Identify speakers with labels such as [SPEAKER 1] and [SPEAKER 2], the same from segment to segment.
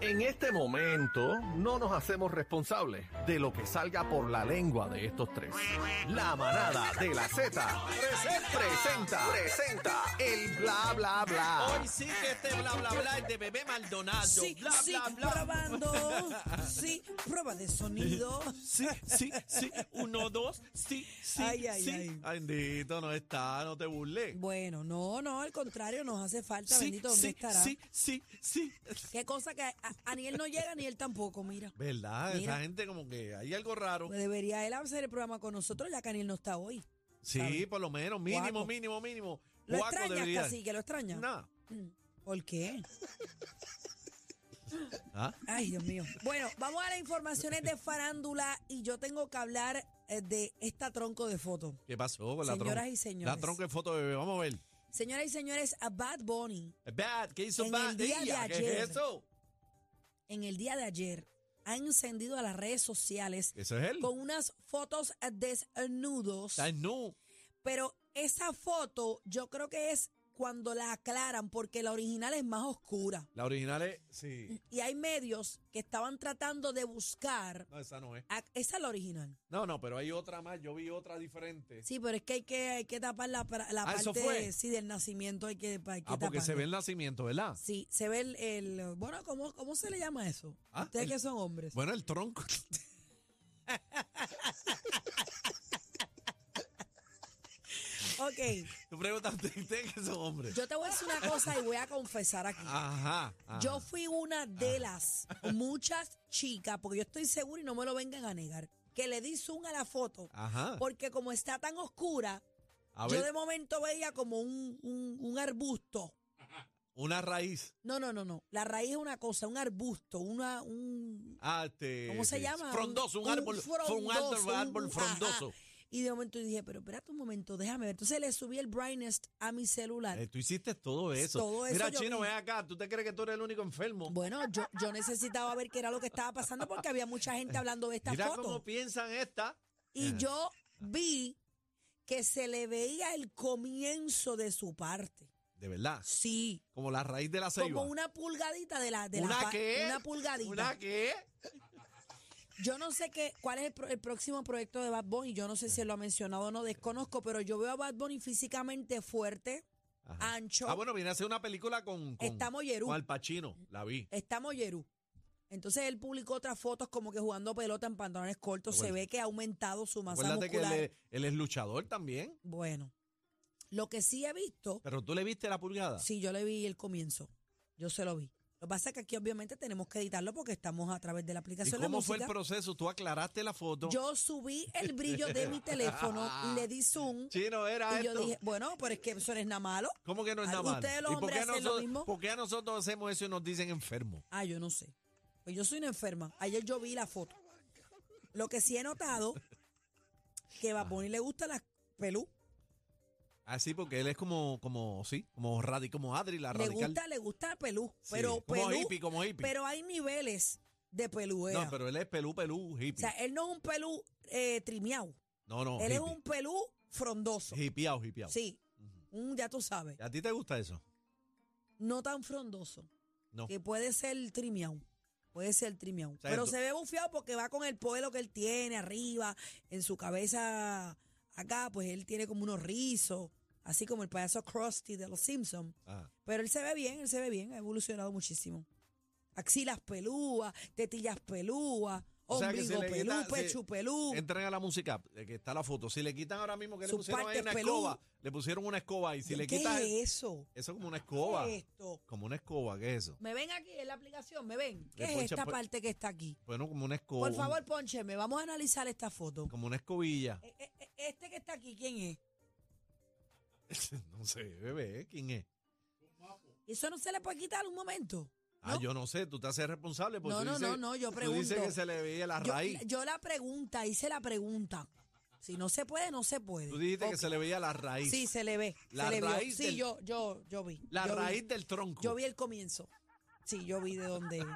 [SPEAKER 1] En este momento no nos hacemos responsables de lo que salga por la lengua de estos tres. La manada de la Z presenta, presenta el bla bla bla.
[SPEAKER 2] Hoy sí que este bla bla bla es de bebé Maldonado.
[SPEAKER 3] Sí,
[SPEAKER 2] bla
[SPEAKER 3] sí,
[SPEAKER 2] bla bla.
[SPEAKER 3] probando. Sí, prueba de sonido.
[SPEAKER 2] Sí, sí, sí. Uno, dos, sí, sí.
[SPEAKER 3] Ay, ay,
[SPEAKER 2] sí.
[SPEAKER 3] ay.
[SPEAKER 2] Bendito, no está, no te burles.
[SPEAKER 3] Bueno, no, no, al contrario, nos hace falta,
[SPEAKER 2] Sí,
[SPEAKER 3] bendito, ¿dónde
[SPEAKER 2] sí,
[SPEAKER 3] estará?
[SPEAKER 2] sí, sí, sí.
[SPEAKER 3] Qué cosa que a, a ni él no llega ni él tampoco, mira.
[SPEAKER 2] ¿Verdad?
[SPEAKER 3] Mira.
[SPEAKER 2] Esa gente como que hay algo raro.
[SPEAKER 3] Pues debería él hacer el programa con nosotros, ya que Aniel no está hoy.
[SPEAKER 2] Sí,
[SPEAKER 3] ¿sabes?
[SPEAKER 2] por lo menos, mínimo,
[SPEAKER 3] Guaco.
[SPEAKER 2] mínimo, mínimo.
[SPEAKER 3] ¿Lo
[SPEAKER 2] Guaco debería.
[SPEAKER 3] extrañas, que ¿Lo extrañas?
[SPEAKER 2] Nah.
[SPEAKER 3] ¿Por qué?
[SPEAKER 2] Ah,
[SPEAKER 3] Ay, Dios mío. Bueno, vamos a las informaciones de farándula y yo tengo que hablar eh, de esta tronco de foto.
[SPEAKER 2] ¿Qué pasó con la
[SPEAKER 3] Señoras
[SPEAKER 2] tronca?
[SPEAKER 3] y señores.
[SPEAKER 2] La tronca de foto de bebé, vamos a ver.
[SPEAKER 3] Señoras y señores, a Bad Bunny
[SPEAKER 2] Bad, ¿qué hizo
[SPEAKER 3] En
[SPEAKER 2] Bad?
[SPEAKER 3] el día de
[SPEAKER 2] Ella, ¿Qué
[SPEAKER 3] ayer.
[SPEAKER 2] es eso?
[SPEAKER 3] en el día de ayer ha encendido a las redes sociales
[SPEAKER 2] Eso es él.
[SPEAKER 3] con unas fotos desnudos.
[SPEAKER 2] Está en nu.
[SPEAKER 3] Pero esa foto yo creo que es cuando la aclaran porque la original es más oscura.
[SPEAKER 2] La original es. Sí.
[SPEAKER 3] Y hay medios que estaban tratando de buscar...
[SPEAKER 2] No, esa no es.
[SPEAKER 3] a- esa es la original.
[SPEAKER 2] No, no, pero hay otra más. Yo vi otra diferente.
[SPEAKER 3] Sí, pero es que hay que, hay que tapar la, pra- la
[SPEAKER 2] Ah, ¿eso
[SPEAKER 3] parte
[SPEAKER 2] fue?
[SPEAKER 3] sí, del nacimiento. Hay que, hay que
[SPEAKER 2] Ah, porque se
[SPEAKER 3] taparlo.
[SPEAKER 2] ve el nacimiento, ¿verdad?
[SPEAKER 3] Sí, se ve el... el- bueno, ¿cómo, ¿cómo se le llama eso?
[SPEAKER 2] Ah,
[SPEAKER 3] Ustedes
[SPEAKER 2] el-
[SPEAKER 3] que son hombres.
[SPEAKER 2] Bueno, el tronco.
[SPEAKER 3] Ok,
[SPEAKER 2] Tú preguntaste ustedes que son hombres.
[SPEAKER 3] yo te voy a decir una cosa y voy a confesar aquí.
[SPEAKER 2] Ajá. ajá.
[SPEAKER 3] Yo fui una
[SPEAKER 2] Ah.
[SPEAKER 3] de las muchas chicas, porque yo estoy segura y no me lo vengan a negar, que le di zoom a la foto.
[SPEAKER 2] Ajá.
[SPEAKER 3] Porque como está tan oscura,
[SPEAKER 2] Ah. A
[SPEAKER 3] yo
[SPEAKER 2] ver,
[SPEAKER 3] de momento veía como un, un- un arbusto.
[SPEAKER 2] una raíz.
[SPEAKER 3] No, no, no, no. La raíz es una cosa, un arbusto, una, un...
[SPEAKER 2] Ah, este,
[SPEAKER 3] ¿Cómo se
[SPEAKER 2] este,
[SPEAKER 3] llama?
[SPEAKER 2] Frondoso, un, árbol. Fue un árbol,
[SPEAKER 3] frondoso,
[SPEAKER 2] árbol
[SPEAKER 3] un-
[SPEAKER 2] frondoso.
[SPEAKER 3] ajá. Y de momento dije, pero espérate un momento, déjame ver. Entonces le subí el brightness a mi celular.
[SPEAKER 2] Eh, tú hiciste todo eso.
[SPEAKER 3] Todo eso
[SPEAKER 2] Mira,
[SPEAKER 3] yo
[SPEAKER 2] Chino,
[SPEAKER 3] vi.
[SPEAKER 2] ven acá. ¿Tú te crees que tú eres el único enfermo?
[SPEAKER 3] Bueno, yo, yo necesitaba ver qué era lo que estaba pasando porque había mucha gente hablando de esta
[SPEAKER 2] Mira
[SPEAKER 3] foto.
[SPEAKER 2] cómo piensan esta.
[SPEAKER 3] Y
[SPEAKER 2] Ajá.
[SPEAKER 3] yo vi que se le veía el comienzo de su parte.
[SPEAKER 2] De verdad.
[SPEAKER 3] Sí.
[SPEAKER 2] Como la raíz de la ceiba.
[SPEAKER 3] Como una pulgadita de la de la
[SPEAKER 2] ¿Una
[SPEAKER 3] pa-
[SPEAKER 2] qué?
[SPEAKER 3] una pulgadita.
[SPEAKER 2] ¿Una qué?
[SPEAKER 3] Yo no sé qué cuál es el, pro- el próximo proyecto de Bad Bunny, yo no sé si él lo ha mencionado o no, desconozco, pero yo veo a Bad Bunny físicamente fuerte,
[SPEAKER 2] Ajá.
[SPEAKER 3] ancho,
[SPEAKER 2] Ah, bueno, viene a hacer una película con, con,
[SPEAKER 3] está mollerú,
[SPEAKER 2] con Al Pacino. La vi.
[SPEAKER 3] está mollerú. Entonces él publicó otras fotos como que jugando pelota en pantalones cortos, se
[SPEAKER 2] Acuérdate.
[SPEAKER 3] ve que ha aumentado su masa
[SPEAKER 2] Ah, Acuérdate que él,
[SPEAKER 3] muscular.
[SPEAKER 2] es- él es luchador también.
[SPEAKER 3] Bueno. Lo que sí he visto
[SPEAKER 2] Pero tú le viste la pulgada.
[SPEAKER 3] Sí, yo le vi el comienzo. Yo se lo vi. Lo que pasa es que aquí obviamente tenemos que editarlo porque estamos a través de la
[SPEAKER 2] ¿Y
[SPEAKER 3] aplicación de
[SPEAKER 2] cómo fue el
[SPEAKER 3] música.
[SPEAKER 2] proceso? Tú aclaraste la foto.
[SPEAKER 3] Yo subí el brillo de mi teléfono, le di zoom
[SPEAKER 2] Chino, era
[SPEAKER 3] y yo
[SPEAKER 2] esto.
[SPEAKER 3] dije, bueno, pero es que eso no es nada malo.
[SPEAKER 2] ¿Cómo que no es nada malo?
[SPEAKER 3] ¿Ustedes los
[SPEAKER 2] ¿Y por
[SPEAKER 3] hombres
[SPEAKER 2] qué, a
[SPEAKER 3] hacen lo
[SPEAKER 2] nosotros,
[SPEAKER 3] mismo?
[SPEAKER 2] por qué a nosotros hacemos eso y nos dicen enfermos?
[SPEAKER 3] Ah, yo no sé. Pues yo soy una enferma. Ayer yo vi la foto. Lo que sí he notado que a Bonnie le gusta las pelú.
[SPEAKER 2] Así porque él es como, como, sí, como radi, como Adri, la
[SPEAKER 3] Le
[SPEAKER 2] radical.
[SPEAKER 3] gusta, le gusta la pelú.
[SPEAKER 2] Sí,
[SPEAKER 3] Pero
[SPEAKER 2] como
[SPEAKER 3] pelú,
[SPEAKER 2] hippie, como hippie.
[SPEAKER 3] pero hay niveles de pelúera.
[SPEAKER 2] no, pero él es pelú, pelú,
[SPEAKER 3] O
[SPEAKER 2] hippie.
[SPEAKER 3] sea, él no es un pelú eh, trimeado.
[SPEAKER 2] no, no,
[SPEAKER 3] Él
[SPEAKER 2] hippie.
[SPEAKER 3] es un pelú frondoso.
[SPEAKER 2] Hippieado, hippieado.
[SPEAKER 3] Sí,
[SPEAKER 2] Ujú.
[SPEAKER 3] un, ya tú sabes.
[SPEAKER 2] ¿A ti te gusta eso?
[SPEAKER 3] No tan frondoso.
[SPEAKER 2] No.
[SPEAKER 3] Que puede ser trimiao. Puede ser trimiao.
[SPEAKER 2] sea,
[SPEAKER 3] Pero
[SPEAKER 2] esto-
[SPEAKER 3] se ve bufiado porque va con el pelo que él tiene arriba, en su cabeza acá, pues él tiene como unos rizos, así como el payaso Krusty de los Simpsons.
[SPEAKER 2] Ah.
[SPEAKER 3] Pero él se ve bien, él se ve bien, ha evolucionado muchísimo. Axilas pelúas, tetillas pelúas,
[SPEAKER 2] O sea que
[SPEAKER 3] ombligo
[SPEAKER 2] se le
[SPEAKER 3] pelú,
[SPEAKER 2] quita- se-
[SPEAKER 3] pecho pelú.
[SPEAKER 2] Entren a la música, eh, que está la foto. Si le quitan ahora mismo que le
[SPEAKER 3] Sus
[SPEAKER 2] pusieron ahí
[SPEAKER 3] partes
[SPEAKER 2] una
[SPEAKER 3] pelú.
[SPEAKER 2] escoba, le pusieron una escoba y si le
[SPEAKER 3] ¿Qué
[SPEAKER 2] quitan.
[SPEAKER 3] es eso?
[SPEAKER 2] Eso es como una escoba.
[SPEAKER 3] ¿Qué es esto?
[SPEAKER 2] Como una escoba, ¿qué es eso?
[SPEAKER 3] ¿Me ven aquí en la aplicación? ¿Me ven? ¿Qué
[SPEAKER 2] Le
[SPEAKER 3] es
[SPEAKER 2] poncha-
[SPEAKER 3] esta
[SPEAKER 2] pon- Oh.
[SPEAKER 3] parte que está aquí?
[SPEAKER 2] Bueno, como una escoba.
[SPEAKER 3] Por favor, poncheme, vamos a analizar esta foto.
[SPEAKER 2] Como una escobilla.
[SPEAKER 3] E- e- e- Este que está aquí, ¿quién es?
[SPEAKER 2] no sé, bebé, ¿quién es?
[SPEAKER 3] Eso no se le puede quitar un momento.
[SPEAKER 2] Ah,
[SPEAKER 3] ¿No?
[SPEAKER 2] yo no sé, tú te haces responsable. Porque
[SPEAKER 3] No,
[SPEAKER 2] tú
[SPEAKER 3] no,
[SPEAKER 2] dices-
[SPEAKER 3] no, no, yo
[SPEAKER 2] Tú dices
[SPEAKER 3] pregunto.
[SPEAKER 2] que se le veía la
[SPEAKER 3] Yo,
[SPEAKER 2] raíz.
[SPEAKER 3] yo la pregunta, hice la pregunta. Si no se puede, no se puede.
[SPEAKER 2] Tú dijiste que
[SPEAKER 3] Ok.
[SPEAKER 2] se le veía la raíz.
[SPEAKER 3] Sí, se le ve.
[SPEAKER 2] La
[SPEAKER 3] se le vio.
[SPEAKER 2] raíz
[SPEAKER 3] Sí,
[SPEAKER 2] del-
[SPEAKER 3] yo, yo, yo vi.
[SPEAKER 2] la
[SPEAKER 3] yo vi.
[SPEAKER 2] raíz del tronco.
[SPEAKER 3] Yo vi el comienzo. Sí, yo vi de dónde. es.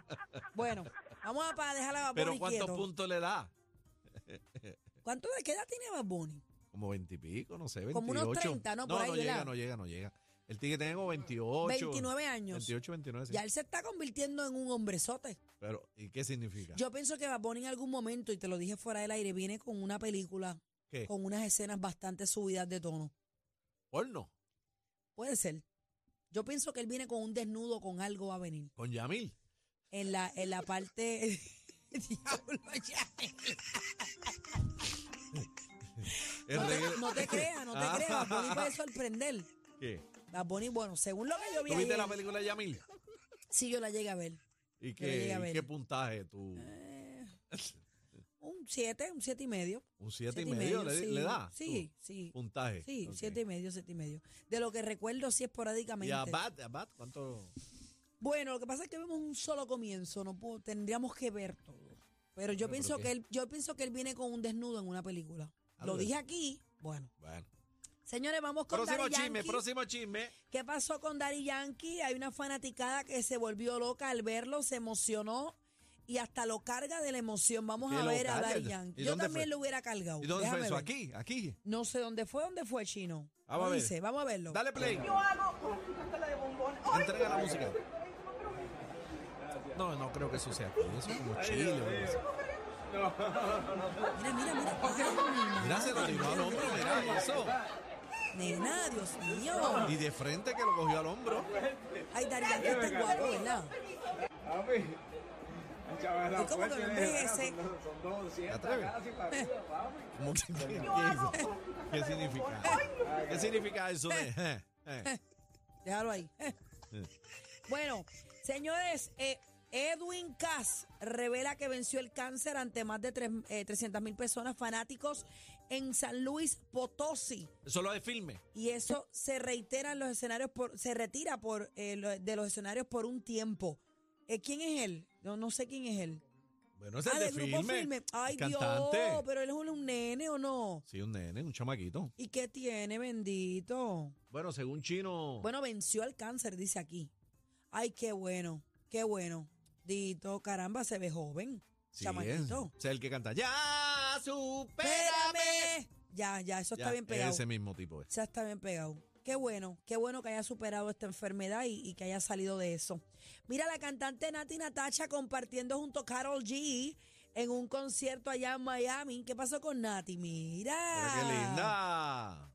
[SPEAKER 3] Bueno, vamos a pa- dejar a Bad
[SPEAKER 2] Pero
[SPEAKER 3] Bunny
[SPEAKER 2] ¿cuántos
[SPEAKER 3] quieto.
[SPEAKER 2] puntos le da?
[SPEAKER 3] ¿Cuánto de qué edad tiene Bad Bunny?
[SPEAKER 2] Como veintipico, no sé,
[SPEAKER 3] Como unos
[SPEAKER 2] 28.
[SPEAKER 3] 30, ¿no?
[SPEAKER 2] No,
[SPEAKER 3] Por ahí,
[SPEAKER 2] no llega,
[SPEAKER 3] ¿verdad?
[SPEAKER 2] no llega, no llega. Él tiene que tener como 28.
[SPEAKER 3] 29 años.
[SPEAKER 2] 28, 29, sí.
[SPEAKER 3] Ya él se está convirtiendo en un hombrezote.
[SPEAKER 2] Pero, ¿y qué significa?
[SPEAKER 3] Yo pienso que Bad Bunny en algún momento, y te lo dije fuera del aire, viene con una película
[SPEAKER 2] ¿Qué?
[SPEAKER 3] con unas escenas bastante subidas de tono.
[SPEAKER 2] ¿Porno?
[SPEAKER 3] Puede ser. Yo pienso que él viene con un desnudo, con algo va a venir.
[SPEAKER 2] ¿Con Yamil?
[SPEAKER 3] En la, en la parte. Diablo, ya.
[SPEAKER 2] El
[SPEAKER 3] No te,
[SPEAKER 2] reggae-
[SPEAKER 3] no te creas, no te
[SPEAKER 2] Ah.
[SPEAKER 3] creas. Bad Bunny puede sorprender.
[SPEAKER 2] ¿Qué?
[SPEAKER 3] Bad Bunny, bueno, según lo que yo vi
[SPEAKER 2] ¿Tú viste
[SPEAKER 3] ayer,
[SPEAKER 2] la película de Yamil?
[SPEAKER 3] sí yo la llegué a ver.
[SPEAKER 2] ¿Y
[SPEAKER 3] la llegué
[SPEAKER 2] qué,
[SPEAKER 3] a
[SPEAKER 2] y
[SPEAKER 3] ver.
[SPEAKER 2] qué puntaje tú?
[SPEAKER 3] Eh, un 7, un 7 y medio.
[SPEAKER 2] ¿Un 7 y
[SPEAKER 3] Eh, Siete
[SPEAKER 2] medio, le,
[SPEAKER 3] sí,
[SPEAKER 2] le da?
[SPEAKER 3] Sí, sí.
[SPEAKER 2] tú? ¿Puntaje?
[SPEAKER 3] Sí,
[SPEAKER 2] Ok.
[SPEAKER 3] siete y medio, siete y medio. De lo que recuerdo, sí,
[SPEAKER 2] ¿Y
[SPEAKER 3] esporádicamente.
[SPEAKER 2] a Bat? ¿A Bat? ¿Cuánto?
[SPEAKER 3] Bueno, lo que pasa es que vemos un solo comienzo, no puedo, tendríamos que ver todo. Pero yo
[SPEAKER 2] Bueno, pero
[SPEAKER 3] pienso
[SPEAKER 2] ¿qué?
[SPEAKER 3] que él, yo pienso que él viene con un desnudo en una película.
[SPEAKER 2] Ah,
[SPEAKER 3] Lo
[SPEAKER 2] bueno.
[SPEAKER 3] dije aquí. Bueno,
[SPEAKER 2] Bueno.
[SPEAKER 3] señores, vamos con
[SPEAKER 2] Próximo
[SPEAKER 3] Daddy
[SPEAKER 2] chisme,
[SPEAKER 3] Yankee.
[SPEAKER 2] próximo chisme.
[SPEAKER 3] ¿Qué pasó con Daddy Yankee? Hay una fanaticada que se volvió loca al verlo, se emocionó y hasta lo carga de la emoción. Vamos
[SPEAKER 2] ¿Qué
[SPEAKER 3] a
[SPEAKER 2] lo
[SPEAKER 3] ver a
[SPEAKER 2] carga?
[SPEAKER 3] Daddy Yankee.
[SPEAKER 2] ¿Y
[SPEAKER 3] Yo
[SPEAKER 2] dónde
[SPEAKER 3] también
[SPEAKER 2] fue?
[SPEAKER 3] lo hubiera cargado.
[SPEAKER 2] ¿Y dónde
[SPEAKER 3] Oh, Déjame
[SPEAKER 2] fue eso?
[SPEAKER 3] ver.
[SPEAKER 2] Aquí, aquí.
[SPEAKER 3] No sé dónde fue, dónde fue Chino.
[SPEAKER 2] Vamos a
[SPEAKER 3] No
[SPEAKER 2] ver.
[SPEAKER 3] dice, vamos a verlo.
[SPEAKER 2] Dale play.
[SPEAKER 4] Yo hago un canto de bombón. ¡Ay!
[SPEAKER 2] Entrega la música. No, no creo que eso sea aquí. Eso es como chile. o algo así.
[SPEAKER 3] Mira, mira, mira. Ay,
[SPEAKER 2] Mira, se lo
[SPEAKER 3] madre,
[SPEAKER 2] tiró al hombro, mira eso.
[SPEAKER 3] Nena, Dios mío.
[SPEAKER 2] Y de frente que lo cogió al hombro.
[SPEAKER 3] Ay, Daddy Yankee está guapo, ¿verdad?
[SPEAKER 5] Papi, chaval, la
[SPEAKER 3] Es como que
[SPEAKER 5] fuerza
[SPEAKER 3] me
[SPEAKER 5] de-
[SPEAKER 3] envejece.
[SPEAKER 5] Son 200
[SPEAKER 2] atreves?
[SPEAKER 5] casi para arriba, papi.
[SPEAKER 2] ¿Cómo que- qué, qué eso? ¿Qué significa? ¿Qué significa eso de? eh, eh?
[SPEAKER 3] Déjalo ahí. Bueno, señores, eh, Edwin Cass revela que venció el cáncer ante más de tres- eh, 300 mil personas fanáticos en San Luis Potosí.
[SPEAKER 2] Eso lo de filme.
[SPEAKER 3] Y eso se reitera en los escenarios, por, se retira por, eh, lo- de los escenarios por un tiempo. Eh, ¿Quién es él? No, no sé quién es él.
[SPEAKER 2] Bueno, ese
[SPEAKER 3] ah,
[SPEAKER 2] es
[SPEAKER 3] del
[SPEAKER 2] de
[SPEAKER 3] grupo
[SPEAKER 2] filme.
[SPEAKER 3] Filme. Ay,
[SPEAKER 2] El cantante.
[SPEAKER 3] Dios, pero él es un, un nene o no.
[SPEAKER 2] Sí, un nene, un chamaquito.
[SPEAKER 3] ¿Y qué tiene, bendito?
[SPEAKER 2] Bueno, según Chino.
[SPEAKER 3] Bueno, venció al cáncer, dice aquí. Ay, qué bueno, qué bueno. Dito, caramba, se ve joven.
[SPEAKER 2] sí, es,
[SPEAKER 3] chamaquito.
[SPEAKER 2] o sea, el que canta. ¡Ya! ¡Supérame!
[SPEAKER 3] ¡Espérame! Ya, ya, eso
[SPEAKER 2] Ya,
[SPEAKER 3] está bien
[SPEAKER 2] es
[SPEAKER 3] pegado.
[SPEAKER 2] Ese mismo tipo es.
[SPEAKER 3] Ya está bien pegado. Qué bueno, qué bueno que haya superado esta enfermedad y, y que haya salido de eso. Mira, la cantante Nati Natacha compartiendo junto a Carol G en un concierto allá en Miami. ¿Qué pasó con Nati? Mira.
[SPEAKER 2] Pero qué linda.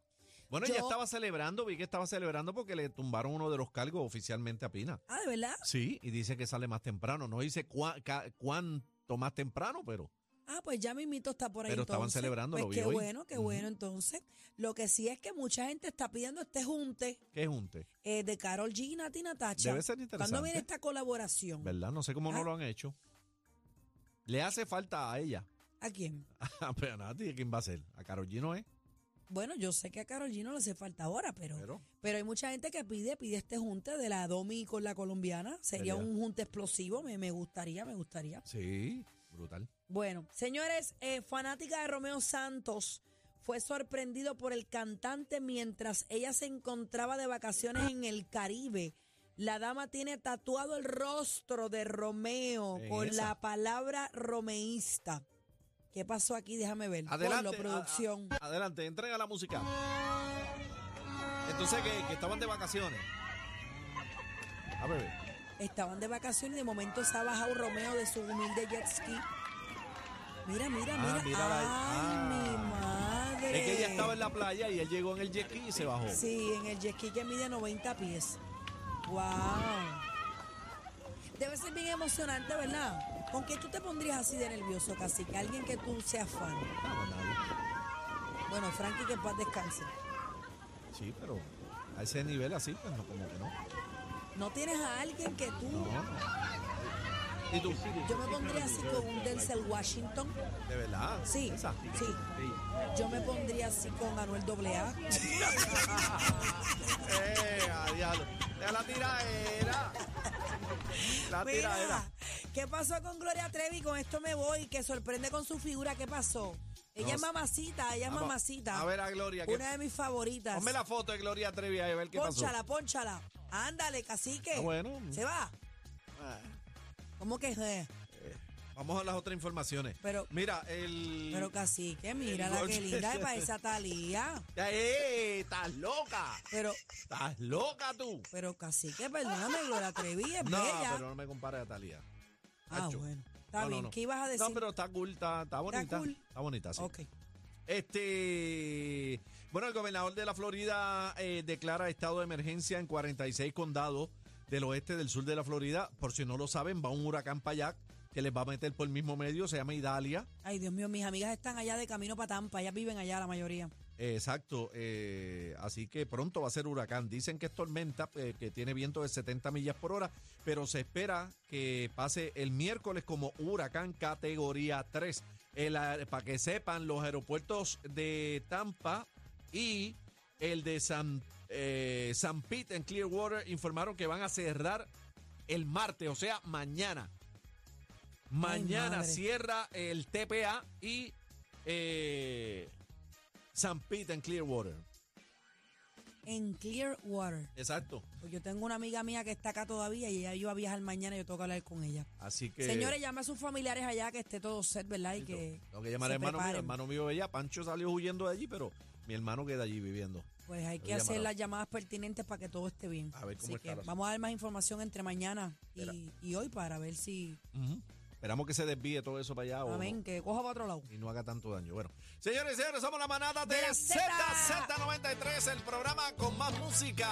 [SPEAKER 2] Bueno, ella
[SPEAKER 3] Yo-
[SPEAKER 2] estaba celebrando, vi que estaba celebrando porque le tumbaron uno de los cargos oficialmente a Pina.
[SPEAKER 3] Ah, ¿de verdad?
[SPEAKER 2] Sí, y dice que sale más temprano. No dice cua- ca- cuánto más temprano, pero
[SPEAKER 3] Ah, pues ya mimito está por ahí.
[SPEAKER 2] Pero estaban
[SPEAKER 3] entonces.
[SPEAKER 2] celebrando, lo
[SPEAKER 3] Pues
[SPEAKER 2] vi
[SPEAKER 3] Qué
[SPEAKER 2] hoy.
[SPEAKER 3] bueno, qué
[SPEAKER 2] Ujú.
[SPEAKER 3] bueno. Entonces, lo que sí es que mucha gente está pidiendo este junte
[SPEAKER 2] que junte.
[SPEAKER 3] eh, de Carol G y Nati Natacha.
[SPEAKER 2] Debe ser
[SPEAKER 3] ¿Cuándo viene
[SPEAKER 2] interesante.
[SPEAKER 3] esta colaboración?
[SPEAKER 2] ¿Verdad? No sé cómo
[SPEAKER 3] Ah.
[SPEAKER 2] no lo han hecho. Le hace falta a ella.
[SPEAKER 3] ¿A quién?
[SPEAKER 2] pero nada, tío, ¿quién va a ser? A Karol G no es.
[SPEAKER 3] Bueno, yo sé que a Carol G no le hace falta ahora, pero, pero,
[SPEAKER 2] Pero,
[SPEAKER 3] hay mucha gente que pide, pide este junte de la Domi con la colombiana. Sería
[SPEAKER 2] ¿Verdad?
[SPEAKER 3] un junte explosivo, me, me gustaría, me gustaría.
[SPEAKER 2] sí, brutal.
[SPEAKER 3] Bueno, señores, eh, fanática de Romeo Santos fue sorprendido por el cantante mientras ella se encontraba de vacaciones en el Caribe. La dama tiene tatuado el rostro de Romeo
[SPEAKER 2] En
[SPEAKER 3] con
[SPEAKER 2] esa.
[SPEAKER 3] la palabra romeísta. ¿Qué pasó aquí? Déjame ver.
[SPEAKER 2] Adelante.
[SPEAKER 3] Ponlo, producción.
[SPEAKER 2] a- a- adelante, entrega la música. Entonces, que, que estaban de vacaciones. A ver, ve.
[SPEAKER 3] Estaban de vacaciones y de momento se ha bajado Romeo de su humilde jet ski. Mira, mira,
[SPEAKER 2] Ah,
[SPEAKER 3] mira.
[SPEAKER 2] mírala ahí.
[SPEAKER 3] Ay,
[SPEAKER 2] Ah.
[SPEAKER 3] mi madre.
[SPEAKER 2] Es que ella estaba en la playa y él llegó en el jet ski y se bajó.
[SPEAKER 3] Eh. Sí, en el jet ski que mide 90 pies. ¡Wow! Debe ser bien emocionante, ¿verdad? ¿Con qué tú te pondrías así de nervioso, casi? Que alguien que tú seas fan.
[SPEAKER 2] Ah, pues nada.
[SPEAKER 3] Bueno, Frankie, que en paz descanse.
[SPEAKER 2] Sí, pero a ese nivel así, pues no, como que no.
[SPEAKER 3] No tienes a alguien que tú.
[SPEAKER 2] ¿Y tú?
[SPEAKER 3] Yo me pondría así con un Denzel Washington.
[SPEAKER 2] ¿De verdad?
[SPEAKER 3] Sí,
[SPEAKER 2] Esa.
[SPEAKER 3] sí. Yo me pondría así con Anuel AA.
[SPEAKER 2] ¡Eh, a diablo! ¡Deja la tiradera! La tiradera.
[SPEAKER 3] Mira, ¿qué pasó con Gloria Trevi? Con esto me voy, que sorprende con su figura. ¿Qué pasó? Ella
[SPEAKER 2] No
[SPEAKER 3] es
[SPEAKER 2] sé.
[SPEAKER 3] mamacita, ella es
[SPEAKER 2] Vamos
[SPEAKER 3] mamacita.
[SPEAKER 2] A ver a Gloria. Que,
[SPEAKER 3] Una de mis favoritas.
[SPEAKER 2] ponme la foto de Gloria Trevi ahí, a ver qué pasó.
[SPEAKER 3] Pónchala, pónchala. Ándale, cacique.
[SPEAKER 2] Ah, bueno.
[SPEAKER 3] Se va.
[SPEAKER 2] Ah,
[SPEAKER 3] ¿Cómo que? eh?
[SPEAKER 2] Vamos a las otras informaciones.
[SPEAKER 3] Pero-
[SPEAKER 2] Mira, el.
[SPEAKER 3] Pero casi que mira la que
[SPEAKER 2] golpe.
[SPEAKER 3] linda es para esa talía.
[SPEAKER 2] ¡Eh! ¡Estás loca!
[SPEAKER 3] Pero,
[SPEAKER 2] ¡Estás loca tú!
[SPEAKER 3] pero casi que perdóname, Gloria Trevi es
[SPEAKER 2] No,
[SPEAKER 3] bella.
[SPEAKER 2] pero no me compares a Talía.
[SPEAKER 3] ah,
[SPEAKER 2] Acho.
[SPEAKER 3] bueno. Está
[SPEAKER 2] No, no,
[SPEAKER 3] bien,
[SPEAKER 2] no.
[SPEAKER 3] ¿qué ibas a decir?
[SPEAKER 2] No, pero está cool, está, está bonita. Está,
[SPEAKER 3] cool.
[SPEAKER 2] bonita, sí.
[SPEAKER 3] Ok.
[SPEAKER 2] Este, bueno, el gobernador de la Florida eh, declara estado de emergencia en 46 condados del oeste del sur de la Florida. Por si no lo saben, va un huracán Payac que les va a meter por el mismo medio, se llama Idalia.
[SPEAKER 3] Ay, Dios mío, mis amigas están allá de camino para Tampa, ellas viven allá la mayoría.
[SPEAKER 2] Eh, exacto, eh, así que pronto va a ser huracán. Dicen que es tormenta, eh, que tiene viento de 70 millas por hora, pero se espera que pase el miércoles como huracán categoría 3. para que sepan, los aeropuertos de Tampa y el de San, eh, San Pete en Clearwater informaron que van a cerrar el martes, o sea, mañana. Mañana
[SPEAKER 3] madre.
[SPEAKER 2] cierra el TPA y... eh, San Pete en Clearwater.
[SPEAKER 3] En Clearwater.
[SPEAKER 2] Exacto.
[SPEAKER 3] Pues yo tengo una amiga mía que está acá todavía y ella iba a viajar mañana y yo tengo que hablar con ella.
[SPEAKER 2] Así que.
[SPEAKER 3] Señores, llame a sus familiares allá que esté todo set, ¿verdad? Y que
[SPEAKER 2] tengo que llamar
[SPEAKER 3] se
[SPEAKER 2] a hermano mío.
[SPEAKER 3] preparen.
[SPEAKER 2] Hermano mío ella. Pancho salió huyendo de allí, pero mi hermano queda allí viviendo.
[SPEAKER 3] Pues hay que
[SPEAKER 2] Voy a
[SPEAKER 3] hacer
[SPEAKER 2] llamar a-
[SPEAKER 3] las llamadas pertinentes para que todo esté bien.
[SPEAKER 2] A ver cómo
[SPEAKER 3] Así
[SPEAKER 2] está
[SPEAKER 3] que
[SPEAKER 2] el asunto.
[SPEAKER 3] vamos a dar más información entre mañana y, y hoy para ver si...
[SPEAKER 2] Ujú. Esperamos que se desvíe todo eso para allá. o no,
[SPEAKER 3] Amén, que coja para otro lado.
[SPEAKER 2] y no haga tanto daño. Bueno, señores y señores, somos la manada de
[SPEAKER 3] la Z.
[SPEAKER 2] ZZ93, el programa con más música.